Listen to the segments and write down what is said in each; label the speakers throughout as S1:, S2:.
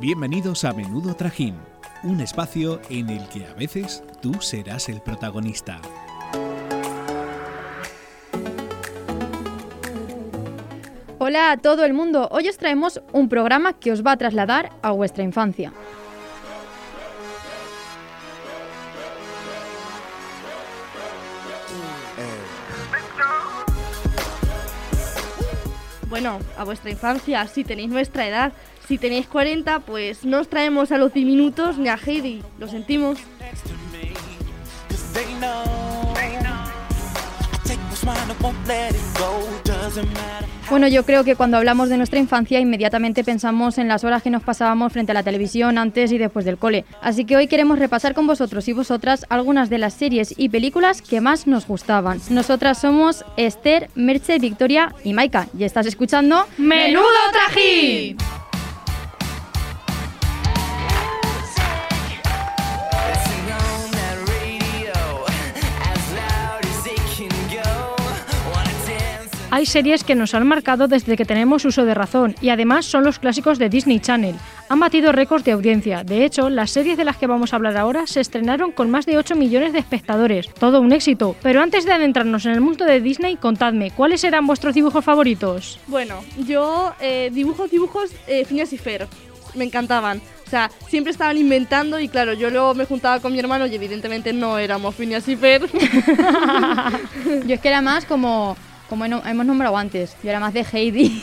S1: Bienvenidos a Menudo Trajín, un espacio en el que a veces tú serás el protagonista.
S2: Hola a todo el mundo, hoy os traemos un programa que os va a trasladar a vuestra infancia.
S3: Bueno, a vuestra infancia, si tenéis nuestra edad, si tenéis 40, pues no os traemos a los diminutos ni a Heidi, lo sentimos.
S2: Bueno, yo creo que cuando hablamos de nuestra infancia inmediatamente pensamos en las horas que nos pasábamos frente a la televisión antes y después del cole. Así que hoy queremos repasar con vosotros y vosotras algunas de las series y películas que más nos gustaban. Nosotras somos Esther, Merche, Victoria y Maika y estás escuchando
S3: ¡Menudo trajín!
S4: Hay series que nos han marcado desde que tenemos uso de razón y además son los clásicos de Disney Channel. Han batido récords de audiencia. De hecho, las series de las que vamos a hablar ahora se estrenaron con más de 8 millones de espectadores. Todo un éxito. Pero antes de adentrarnos en el mundo de Disney, contadme, ¿cuáles eran vuestros dibujos favoritos?
S3: Bueno, yo eh, dibujos, dibujos, eh, Phineas y Fer, me encantaban. O sea, siempre estaban inventando y claro, yo luego me juntaba con mi hermano y evidentemente no éramos Phineas y Fer.
S2: Yo es que era más como, como he- hemos nombrado antes, yo era más de Heidi.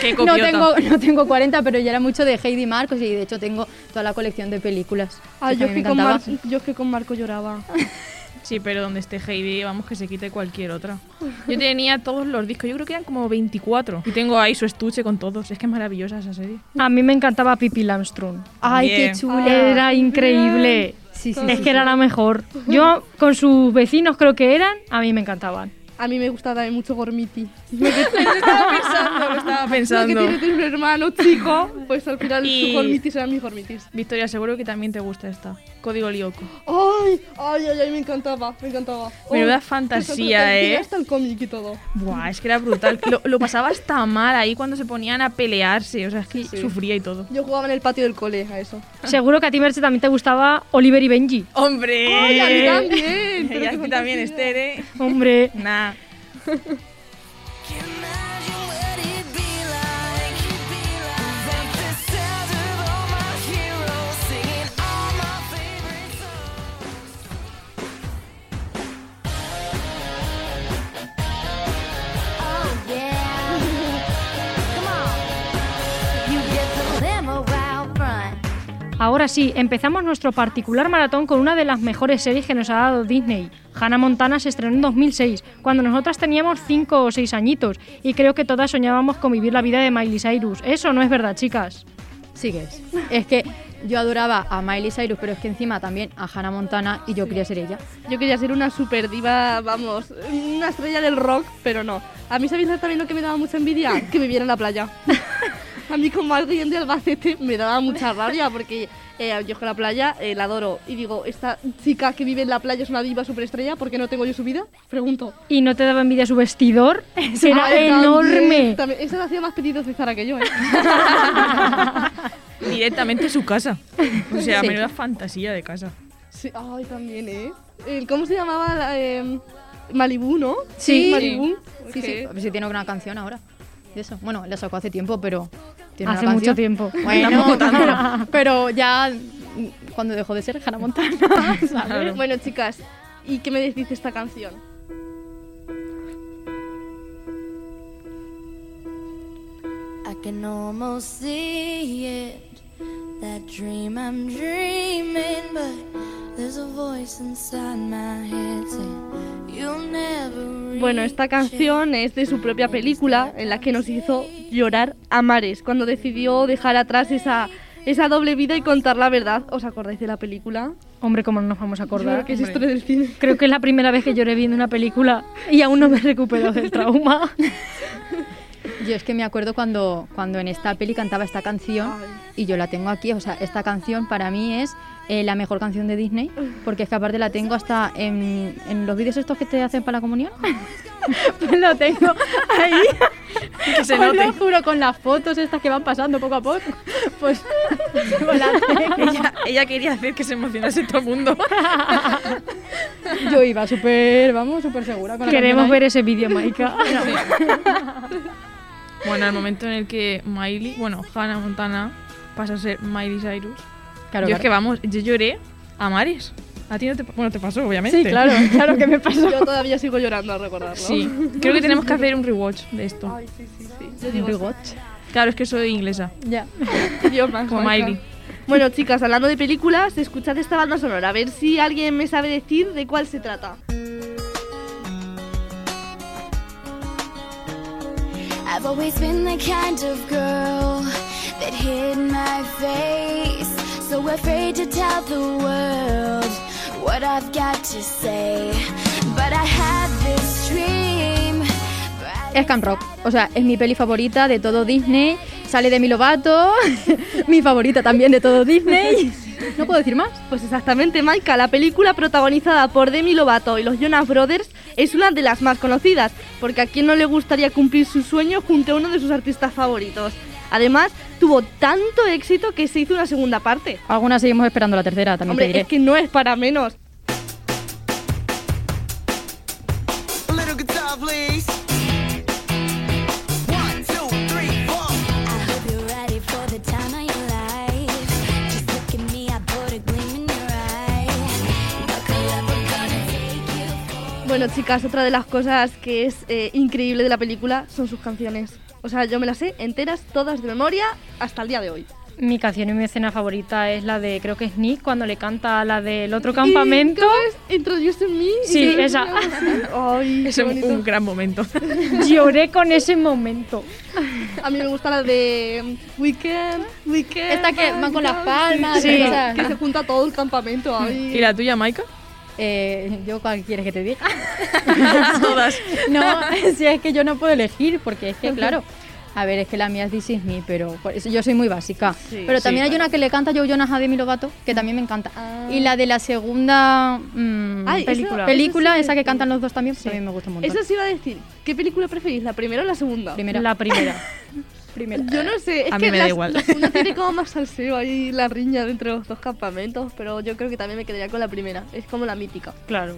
S5: Qué
S2: No
S5: copiota.
S2: tengo, no tengo 40, pero yo era mucho de Heidi Marcos y de hecho tengo toda la colección de películas.
S3: Ah, yo,
S2: a
S3: es
S2: mí me
S3: que con
S2: encantaba.
S3: Mar- yo es que con Marco lloraba.
S5: Sí, pero donde esté Heidi, vamos que se quite cualquier otra. Yo tenía todos los discos, yo creo que eran como 24. Y tengo ahí su estuche con todos. Es que es maravillosa esa serie.
S4: A mí me encantaba Pippi Lamström.
S2: Ay,
S5: Bien.
S2: qué chula.
S4: Era increíble.
S2: Ah. Sí, sí,
S4: es
S2: sí,
S4: que era la mejor. Yo con sus vecinos creo que eran, a mí me encantaban.
S3: A mí me gustaba también mucho Gormiti.
S5: estaba pensando, lo estaba
S3: Lo que
S5: pensando.
S3: tiene tener un hermano chico, pues al final
S5: Y-
S3: su Gormitis eran mis Gormitis.
S5: Victoria, seguro que también te gusta esta. Código Lyoko.
S3: Ay, ay, ay, ay, me encantaba, me encantaba.
S5: Menuda
S3: Uy,
S5: fantasía,
S3: tenía
S5: ¿eh?
S3: Hasta el cómic y todo.
S5: Buah, es que era brutal. Lo, lo pasaba hasta mal ahí cuando se ponían a pelearse. O sea, es que sufría y todo.
S3: Yo jugaba en el patio del cole a eso.
S2: Ah.
S4: Seguro que a ti, Merche, también te gustaba Oliver y Benji.
S5: ¡Hombre!
S3: Ay, a mí también. pero
S5: Y a
S3: qué
S5: ti también,
S3: fantasía.
S5: Esther, ¿eh?
S4: Hombre,
S5: Nah.
S4: ahora sí, empezamos nuestro particular maratón con una de las mejores series que nos ha dado Disney. Hannah Montana se estrenó en 2006, cuando nosotras teníamos 5 o 6 añitos, y creo que todas soñábamos con vivir la vida de Miley Cyrus. Eso no es verdad, chicas.
S2: Sigues. Es que yo adoraba a Miley Cyrus, pero es que encima también a Hannah Montana y yo quería ser ella.
S3: Yo quería ser una super diva, vamos, una estrella del rock, pero no. A mí, ¿sabéis también lo que me daba mucha envidia? Que viviera en la playa. A mí, como alguien de Albacete, me daba mucha rabia porque eh, yo con la playa eh, la adoro. Y digo, ¿esta chica que vive en la playa es una diva superestrella? ¿Por qué no tengo yo su vida? Pregunto.
S4: ¿Y no te daba envidia su vestidor? Era
S3: Ay, también,
S4: enorme.
S3: también. Esa hacía más pedidos de Zara que yo, ¿eh?
S5: Directamente a su casa. O sea,
S2: Sí.
S5: menuda fantasía de casa.
S3: Sí, ay, también, ¿eh? Eh, ¿Cómo se llamaba? la, eh, Malibú, ¿no?
S2: Sí.
S3: Malibú.
S2: Sí, sí. A ver si tiene una canción ahora. de Eso. Bueno, la sacó hace tiempo, pero. Tiene
S4: Hace
S2: una
S4: mucho
S2: canción.
S4: tiempo.
S2: Bueno, pero, pero ya. mm, Cuando dejó de ser Hannah Montana. ¿sabes?
S5: Claro.
S3: Bueno, chicas, ¿y qué me decís de esta canción?
S6: I can almost see it. That dream I'm dreaming, but there's a voice inside my head saying you'll never reach
S3: Bueno, esta canción es de su propia película en la que nos hizo llorar a mares cuando decidió dejar atrás esa, esa doble vida y contar la verdad. ¿Os acordáis de la película?
S4: Hombre, ¿cómo no nos vamos a
S3: Yo creo
S4: acordar?
S3: que es historia del cine.
S4: Creo que es la primera vez que lloré viendo una película y aún no me he recuperado del trauma.
S2: Yo es que me acuerdo cuando, cuando en esta peli cantaba esta canción y yo la tengo aquí. O sea, esta canción para mí es eh, la mejor canción de Disney porque es que aparte la tengo hasta en, en los vídeos estos que te hacen para la comunión. Pues la tengo ahí
S5: que se
S2: Os lo
S5: note.
S2: juro, con las fotos estas que van pasando poco a poco. Pues. volante.
S5: Ella, ella quería hacer que se emocionase todo el mundo.
S2: Yo iba súper, vamos, súper segura. Con la
S4: Queremos
S2: canción
S4: ver ese vídeo, Maika.
S5: Bueno, al momento en el que Miley, bueno, Hannah Montana pasa a ser Miley Cyrus.
S2: ahí. Claro,
S5: yo es
S2: claro.
S5: que vamos, yo lloré a mares. A ti no te, pa- bueno, te pasó, obviamente.
S2: Sí, claro, claro que me pasó.
S3: Yo todavía sigo llorando al recordarlo.
S5: Sí, creo que tenemos que hacer un rewatch de esto.
S3: Yo digo,
S5: Claro, es que soy inglesa,
S2: Ya.
S3: Dios, más
S5: como
S3: Maika.
S5: Miley.
S3: Bueno, chicas, hablando de películas, escuchad esta banda sonora. A ver si alguien me sabe decir de cuál se trata.
S6: I've always been the kind of girl that hid my face. So afraid to tell the world what I've got to say. But I had this dream.
S2: Es Camp Rock. O sea, es mi peli favorita de todo Disney. Sale de mi Lovato. mi favorita también de todo Disney. No puedo decir más.
S3: Pues exactamente, Maika, la película protagonizada por Demi Lovato y los Jonas Brothers es una de las más conocidas, porque a quien no le gustaría cumplir su sueño junto a uno de sus artistas favoritos. Además, tuvo tanto éxito que se hizo una segunda parte.
S2: Algunas seguimos esperando la tercera, también te
S3: Hombre,
S2: diré.
S3: es que no es para menos.
S7: A little guitar, please. One, two, three, four.
S6: I hope you're ready for the time of your life. Just look at me, I put a gleam in your eye. Buckle up, I'm gonna take you
S3: Bueno, chicas, otra de las cosas que es eh, increíble de la película son sus canciones. O sea, yo me las sé enteras, todas de memoria, hasta el día de hoy.
S4: Mi canción y mi escena favorita es la de, creo que es Nick, cuando le canta la del otro campamento.
S3: Introduce me.
S4: Sí,
S3: Introduce
S4: esa.
S3: me. Ay,
S5: Es
S3: qué
S5: un,
S3: bonito.
S5: un gran momento.
S4: Lloré con ese momento.
S3: A mí me gusta la de Weekend, Weekend.
S2: Esta que van con las palmas, Mm.
S4: Sí.
S2: esas.
S3: Que se junta todo el campamento ahí.
S5: ¿Y la tuya, Maika?
S2: Eh, yo cuál quieres que te diga.
S5: Todas.
S2: No, si es que yo no puedo elegir, porque es que claro. A ver, es que la mía es This Is Me, pero por eso yo soy muy básica.
S3: Sí,
S2: pero
S5: sí,
S2: también hay
S5: claro.
S2: una que le canta Joe Jonas a Demi Lovato, que también me encanta. Y la de la segunda mm,
S3: Ah. Ay,
S2: peli-
S4: película.
S3: eso-
S2: película,
S3: eso sí
S2: esa que
S3: que-
S2: cantan los dos también, pues también me gusta un montón.
S3: Eso sí iba a decir. ¿Qué película preferís, la primera o la segunda?
S2: Primera.
S4: La primera.
S2: primera.
S3: Yo no sé, es
S5: eh, A
S3: que
S5: mí me da
S3: la-
S5: igual.
S3: la segunda tiene como más salseo ahí la riña de entre los dos campamentos, pero yo creo que también me quedaría con la primera. Es como la mítica.
S4: Claro.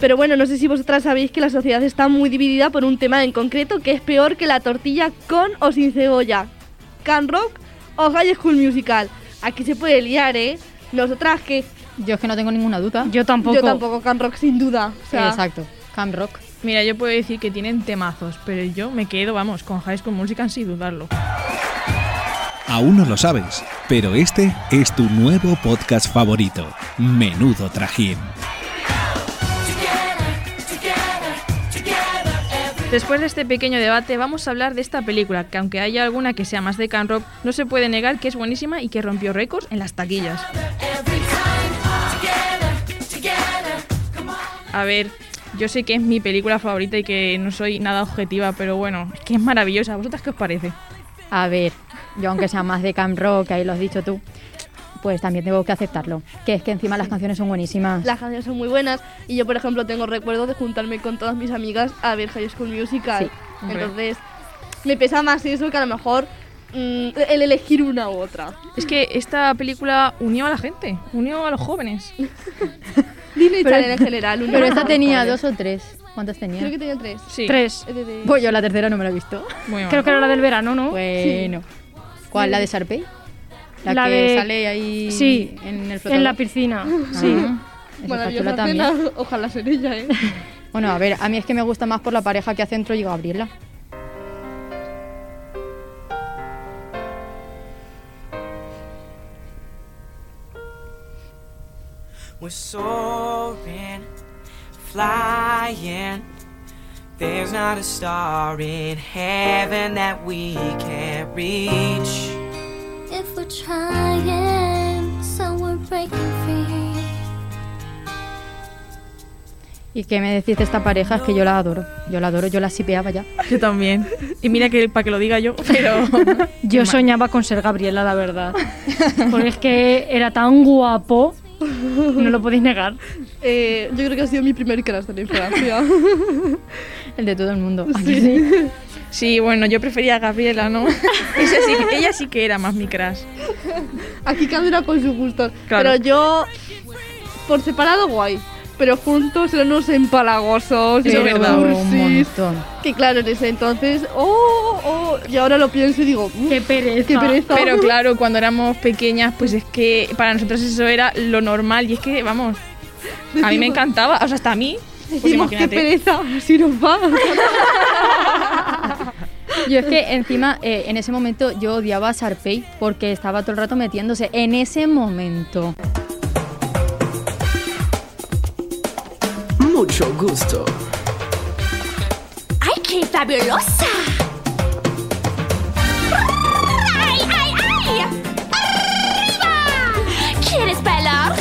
S3: Pero bueno, no sé si vosotras sabéis que la sociedad está muy dividida por un tema en concreto que es peor que la tortilla con o sin cebolla. Can Rock o High School Musical. Aquí se puede liar, ¿eh? Nosotras que
S2: Yo es que no tengo ninguna duda.
S4: Yo tampoco.
S3: yo tampoco Can Rock sin duda. O sea,
S2: Exacto. Camp Rock.
S5: Mira, yo puedo decir que tienen temazos, pero yo me quedo, vamos, con High School Musical sin dudarlo.
S1: Aún no lo sabes, pero este es tu nuevo podcast favorito, Menudo Trajín.
S5: Después de este pequeño debate, vamos a hablar de esta película, que aunque haya alguna que sea más de can rock, no se puede negar que es buenísima y que rompió récords en las taquillas. A ver, yo sé que es mi película favorita y que no soy nada objetiva, pero bueno, es que es maravillosa. ¿A vosotras qué os parece?
S2: A ver, yo aunque sea más de Camp Rock, que ahí lo has dicho tú, pues también tengo que aceptarlo. Que es que encima las canciones son buenísimas.
S3: las canciones son muy buenas y yo, por ejemplo, tengo recuerdo de juntarme con todas mis amigas a ver High School Musical.
S2: Sí,
S5: hombre.
S3: Entonces, me pesa más eso que a lo mejor mm, el elegir una u otra.
S5: Es que esta película unió a la gente, unió a los jóvenes.
S3: Disney
S2: Pero-
S3: Channel en general. unió
S2: Pero
S3: a
S2: esta
S3: los
S2: tenía
S3: jóvenes.
S2: dos o tres. ¿Cuántas tenía?
S3: Creo que tenía tres.
S5: Sí,
S4: Tres.
S3: Eh, de- de-
S2: Pues yo la tercera no Pues, me la he visto.
S5: muy mal.
S4: Creo que era la del verano, ¿no?
S2: Bueno. ¿Cuál? ¿La de Sarpey? La,
S4: La
S2: que
S4: de-
S2: sale ahí
S4: Sí,
S2: en el flotador.
S4: en la piscina.
S2: Ah,
S4: Sí.
S2: esa
S3: Maravillosa
S2: factura también.
S3: cena, ojalá ser ella, ¿eh?
S2: Bueno, a ver, a mí es que me gusta más por la pareja que hace Troy y Gabriela.
S8: We're soaring, flying. There's not a star in heaven that we can't reach.
S6: If we're trying, so we're breaking free.
S2: ¿Y qué me decís de esta pareja? Es que yo la adoro. Yo la adoro, yo la sipeaba ya.
S5: Yo también. Y mira que para que lo diga yo, pero
S4: Yo soñaba con ser Gabriela, la verdad. Porque es que era tan guapo. No lo podéis negar.
S3: Eh, yo creo que ha sido mi primer crush de la infancia.
S2: El de todo el mundo. ¿A que
S3: Sí.
S2: sí?
S5: Sí, bueno, yo prefería a Gabriela, ¿no? Ella sí, ella sí que era más mi crush.
S3: Aquí cada una con sus gustos.
S5: Claro.
S3: Pero yo, por separado, guay. Pero juntos eran unos empalagosos,
S5: Eso es
S3: eran
S5: verdad.
S2: Un
S3: unos cursis.
S2: montón.
S3: Que claro, en ese entonces, oh, oh, y ahora lo pienso y digo, "Mm,
S4: Qué pereza.
S3: qué pereza.
S5: Ah, Pero claro, cuando éramos pequeñas, pues es que para nosotros eso era lo normal. Y es que, vamos, a mí
S3: Decimos-
S5: me encantaba. O sea, hasta a mí. Pues
S3: Decimos, qué
S5: imagínate.
S3: pereza, así nos va.
S2: Yo es que encima eh, en ese momento yo odiaba a Sarpey porque estaba todo el rato metiéndose en ese momento.
S9: Mucho gusto.
S10: ¡Ay, qué fabulosa! ¡Ay, ay, ay! ¡Arriba! ¿Quieres bailar?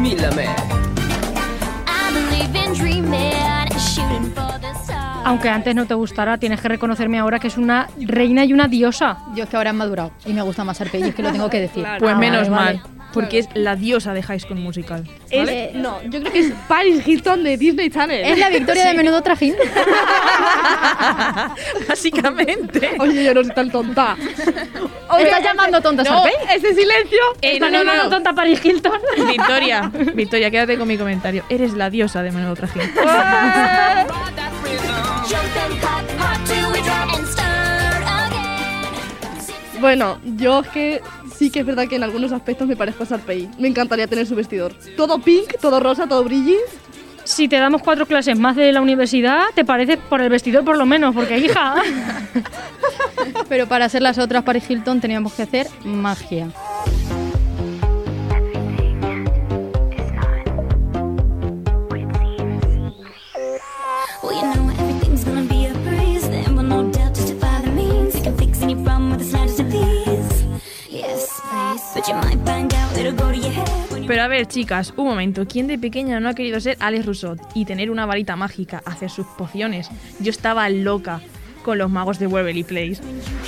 S9: Mílame.
S10: I believe in dreaming, shooting for the stars.
S4: Aunque antes no te gustara, tienes que reconocerme ahora que es una reina y una diosa.
S2: Yo es que ahora he madurado y me gusta más Sarpey, y es que lo tengo que decir.
S5: Pues
S2: Ah,
S5: menos
S2: vale,
S5: mal, porque es la diosa de High School Musical.
S3: Es- no, yo creo que es Paris Hilton de Disney Channel.
S2: vale. Es la victoria de menudo trajín.
S5: Básicamente.
S3: Oye, yo no soy tan tonta.
S2: ¿Estás llamando tonta
S5: no,
S2: Sarpey?
S3: Ese silencio.
S5: Eh,
S4: ¿Estás
S5: no, no,
S4: llamando
S5: no.
S4: tonta a Paris Hilton?
S5: Victoria, Victoria, quédate con mi comentario. Eres la diosa de Menudo Traje.
S10: Jumping, hop, hop till we drop and start again.
S3: Bueno, yo es que sí que es verdad que en algunos aspectos me parezco a Sarpey. Me encantaría tener su vestidor. Todo pink, todo rosa, todo brillis.
S4: Si te damos cuatro clases más de la universidad, te pareces por el vestidor por lo menos, porque hija.
S2: Pero para hacer las otras Paris Hilton teníamos que hacer magia.
S10: Well, you know everything's gonna be a breeze. Then we'll no doubt justify the means. You can fix any problem with the slightest of these. Yes, please. But you might find out it'll go to your head when you
S5: Pero a ver, chicas, un momento. ¿Quién de pequeña no ha querido ser Alex Rousseau y tener una varita mágica, hacer sus pociones? Yo estaba loca con los magos de Waverly Place.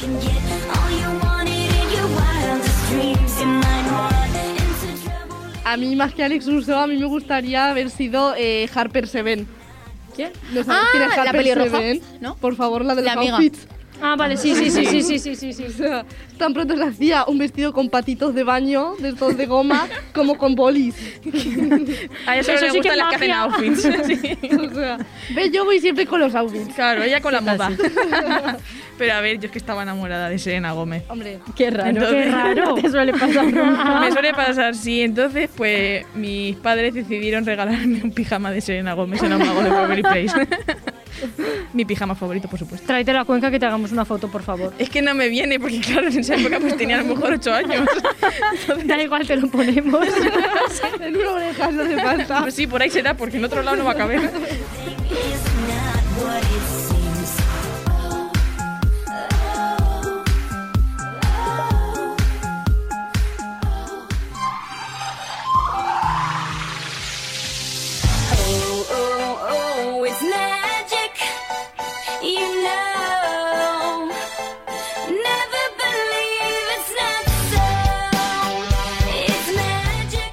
S10: can get all you wanted in your wildest dreams. You might run into trouble.
S3: A mí, más que Alex Rousseau, a mí me gustaría haber sido eh, Harper Seven.
S2: ¿Quién?
S3: ¿No sabes
S2: ah,
S3: quién es
S2: la
S3: Harper
S2: pelirroja,
S3: Seven?
S2: ¿no?
S3: Por favor, la de
S2: La
S3: los
S2: amiga.
S3: outfits.
S4: Ah, vale, sí, sí, sí, sí, sí, sí, sí.
S3: O
S4: sí.
S3: sea, tan pronto se hacía un vestido con patitos de baño, de estos de goma, como con bolis.
S5: A ella
S4: Eso
S5: solo le
S4: sí que
S5: gustan las que hacen
S4: magia.
S5: outfits. Sí.
S3: O sea, ve, yo voy siempre con los outfits.
S5: Claro, ella con la moda. Pero a ver, yo es que estaba enamorada de Serena Gómez.
S3: Hombre,
S2: Qué raro.
S5: Entonces-
S4: Qué raro.
S2: Te suele pasar nunca.
S5: Me suele pasar, sí. Entonces, pues mis padres decidieron regalarme un pijama de Serena Gómez en los magos de Waverly Place. Mi pijama favorito, por supuesto.
S4: Tráete la cuenca que te hagamos una foto, por favor.
S5: Es que no me viene porque, claro, en esa época pues tenía a lo mejor 8 años.
S4: Da igual, te lo ponemos.
S3: en una oreja no hace falta.
S5: Pues sí, por ahí será porque en otro lado no va a caber.
S10: It's not what it seems. Oh, oh, oh. Oh, oh, oh, it's magic, you know. Never believe it's not so. It's magic,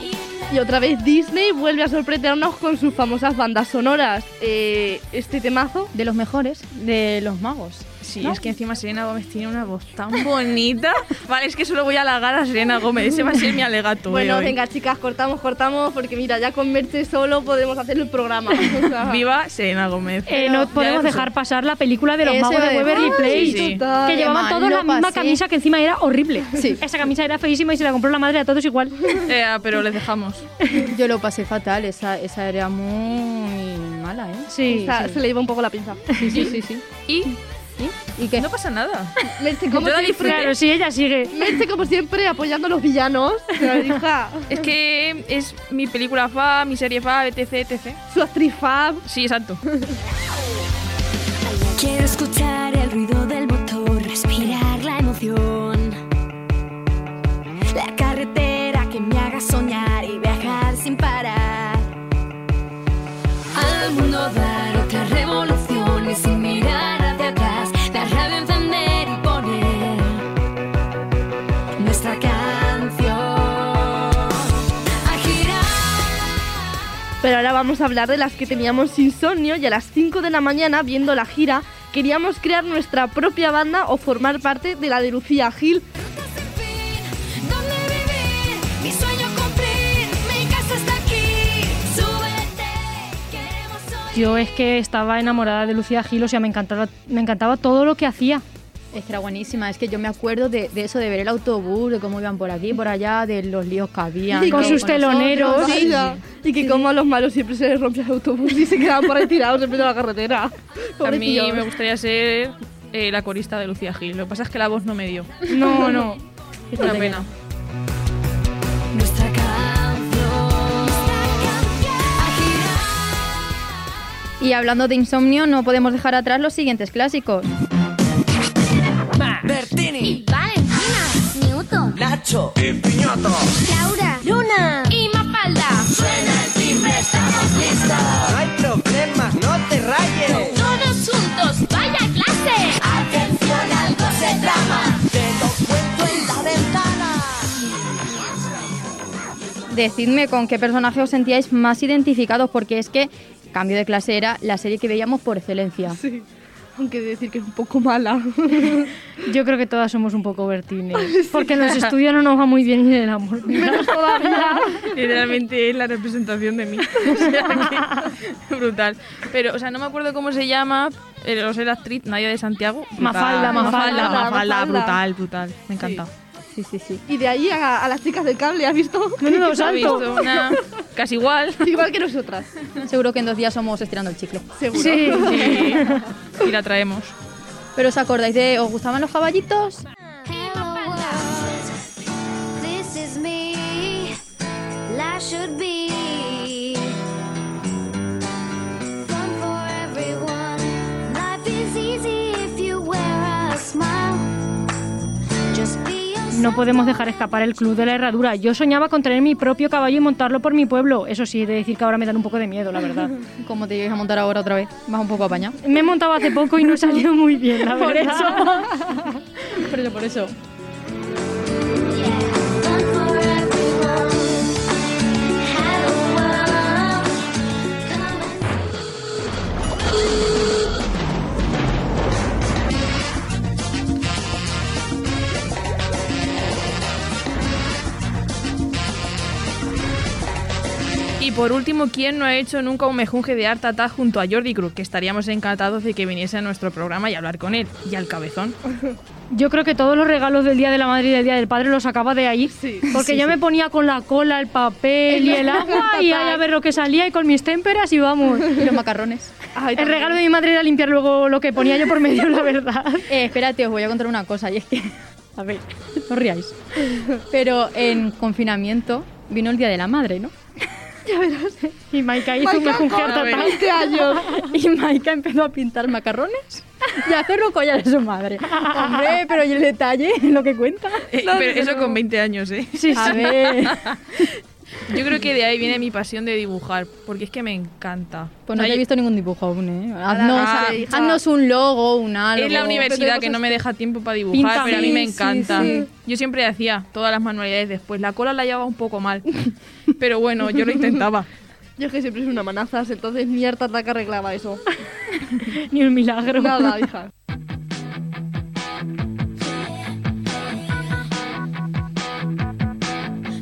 S10: you know.
S3: Y otra vez Disney vuelve a sorprendernos con sus famosas bandas sonoras. Eh, este temazo.
S2: De los mejores, de los magos.
S5: Sí, es que encima Serena Gómez tiene una voz tan bonita. Vale, es que solo voy a halagar a Serena Gómez. Ese va a ser mi alegato. de
S3: Bueno,
S5: hoy.
S3: venga, chicas, cortamos, cortamos, porque mira, ya con Merche solo podemos hacer el programa. O sea,
S5: Viva Serena Gómez.
S4: Eh, no podemos dejar pasar la película de los
S2: Eso
S4: magos de
S2: es.
S4: Waverly
S5: Ay,
S4: Place.
S5: sí.
S3: total.
S4: Que llevaban
S2: mal
S4: todos
S2: lo
S4: la misma
S2: pasé.
S4: camisa que encima era horrible.
S2: Sí.
S4: Esa camisa era feísima y se la compró la madre a todos igual.
S5: Eh, pero les dejamos.
S2: Yo lo pasé fatal, esa, esa era muy mala, ¿eh?
S4: Sí.
S3: Esa- Se le iba un poco la pinza.
S2: Sí, sí, sí. sí.
S5: Y
S2: ¿Y qué?
S5: no pasa nada.
S3: Merche, como,
S5: Yo la
S3: siempre,
S4: Claro, sí, ella sigue.
S3: Merche, como siempre, apoyando a los villanos. Pero, hija,
S5: Es que es mi película fa, mi serie fa, etc, etc.
S3: su actriz fab.
S5: Sí, exacto.
S10: Quiero escuchar el ruido del motor, respirar la emoción. La carretera que me haga soñar y viajar sin parar. Al mundo dar otra revolución y sin mirar hacia atrás, la rabia encender y poner nuestra canción.
S3: Pero ahora vamos a hablar de las que teníamos insomnio y a las 5 de la mañana, viendo la gira, queríamos crear nuestra propia banda o formar parte de la de Lucía Gil.
S10: Mi sueño cumplir, mi casa está aquí. Súbete, queremos hoy.
S4: Yo es que estaba enamorada de Lucía Gil, o sea, me encantaba, me encantaba todo lo que hacía.
S2: Es que era buenísima, es que yo me acuerdo de, de eso, de ver el autobús, de cómo iban por aquí, por allá, de los líos que había.
S4: Y con sus teloneros.
S3: Sí, ya. Y que como a los malos siempre se les rompe el autobús y se quedan por ahí tirados en medio de la carretera.
S5: A mí
S3: Pobrecillos.
S5: me gustaría ser eh, la corista de Lucía Gil. Lo que pasa es que la voz no me dio.
S4: No, no.
S5: Es una pena.
S10: Nuestra canción a girar.
S2: Y hablando de insomnio, no podemos dejar atrás los siguientes clásicos.
S7: Bertini,
S10: Valentina, Newton,
S7: Nacho, Piñoto.
S10: Laura, Luna y Mafalda. Suena el timbre, estamos listos.
S7: No hay problemas, no te rayes.
S10: Todos juntos, vaya clase. Atención, algo se trama.
S2: Decidme con qué personaje os sentíais más identificados, porque es que Cambio de clase era la serie que veíamos por excelencia.
S3: Sí. Aunque he de decir que es un poco mala.
S4: Yo creo que todas somos un poco vertines. Porque en los estudios no nos va muy bien ni en el amor.
S5: Literalmente es la representación de mí. O sea que, brutal. Pero, o sea, no me acuerdo cómo se llama, pero sé la actriz Nadia de Santiago. Brutal.
S4: Mafalda, Mafalda,
S5: Mafalda,
S3: Mafalda.
S5: brutal, brutal. Me encanta.
S2: Sí, sí, sí.
S3: Y de ahí a, a las chicas del cable, ¿has visto?
S4: Menudo
S5: ¿Has
S4: salto.
S5: visto? Una- casi igual.
S3: Igual que nosotras,
S2: Seguro que en dos días somos estirando el chicle.
S3: seguro.
S4: Sí.
S5: Sí. Y la traemos.
S2: Pero ¿os acordáis de os gustaban los caballitos?
S10: Hello world, this is me. Life should be fun for everyone. Life is easy if you wear a smile. Just be yourself.
S4: No podemos dejar escapar el club de la herradura. Yo soñaba con tener mi propio caballo y montarlo por mi pueblo. Eso sí, he de decir que ahora me dan un poco de miedo, la verdad.
S2: Como te llegues a montar ahora otra vez, vas un poco apañado.
S4: Me he montado hace poco y no salió muy bien, la verdad.
S2: Por eso, por eso.
S10: Yeah, fun for everyone. Hello world, come and
S5: Y por último, ¿quién no ha hecho nunca un mejunje de Art Attack junto a Jordi Cruz? Que estaríamos encantados de que viniese a nuestro programa y hablar con él. Y al cabezón.
S4: Yo creo que todos los regalos del Día de la Madre y del Día del Padre los sacaba de ahí. porque yo me ponía con la cola, el papel y el agua y ahí a ver lo que salía y con mis témperas y vamos.
S2: Y los macarrones.
S4: El regalo de mi madre era limpiar luego lo que ponía yo por medio, la verdad.
S2: Eh, espérate, os voy a contar una cosa y es que, a ver, no ríais. Pero en confinamiento vino el Día de la Madre, ¿no?
S4: Y Maika hizo un
S3: Maika,
S4: mejunje Art
S5: joder.
S4: Attack.
S3: Este año.
S2: Y Maika empezó a pintar macarrones y a hacer los collares de su madre. Hombre, pero ¿y el detalle lo que cuenta?
S5: Eh, pero eso con 20 años, ¿eh?
S4: Sí,
S2: A
S4: sí.
S2: ver.
S5: Yo creo que de ahí viene mi pasión de dibujar, porque es que me encanta.
S2: Pues no
S5: O sea,
S2: te he visto ningún dibujo aún, ¿eh? Haznos,
S5: ah,
S2: ha- haznos un logo, un algo.
S5: Es la universidad que no me deja tiempo para dibujar,
S4: Pinta,
S5: pero a mí
S4: sí,
S5: me
S4: sí,
S5: encanta.
S4: sí.
S5: Yo siempre hacía todas las manualidades después. La cola la llevaba un poco mal, pero bueno, yo lo intentaba.
S3: Yo es que siempre soy una manazas, entonces mi Art Attack arreglaba eso.
S4: Ni un milagro.
S3: Nada, hija.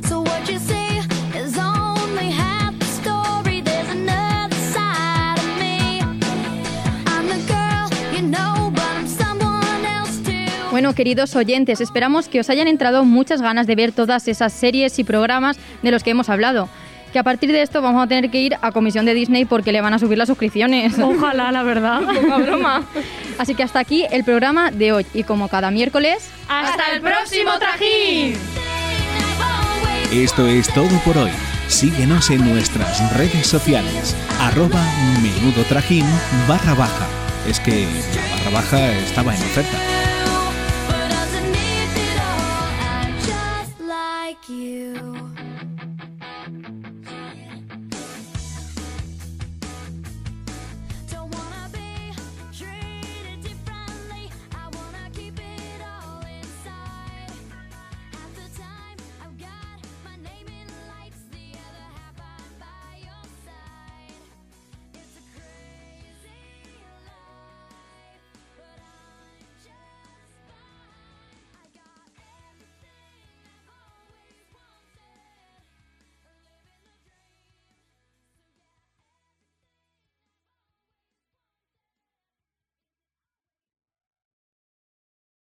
S10: So what you see is only half the story. There's another side of me. I'm the girl you know, but I'm someone else too.
S2: Bueno, queridos oyentes, esperamos que os hayan entrado muchas ganas de ver todas esas series y programas de los que hemos hablado. Que a partir de esto vamos a tener que ir a comisión de Disney porque le van a subir las suscripciones.
S4: Ojalá, la verdad.
S2: broma. Así que hasta aquí el programa de hoy. Y como cada miércoles,
S4: ¡Hasta el próximo trajín!
S1: Esto es todo por hoy. Síguenos en nuestras redes sociales. Arroba menudo trajín barra baja. Es que la barra baja estaba en oferta.
S10: But underneath it all, I just like you.